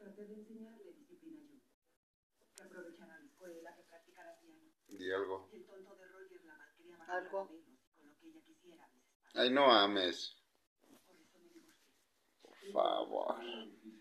antes de enseñarle disciplina yo. Que aprovechara la escuela, que practicara piano. Di algo. Y pues, el tonto de Roger la malcriaba Algo. con menos con lo que ella quisiera a mis espaldas. Ay, no ames. Por eso me divorcié. Por favor. Y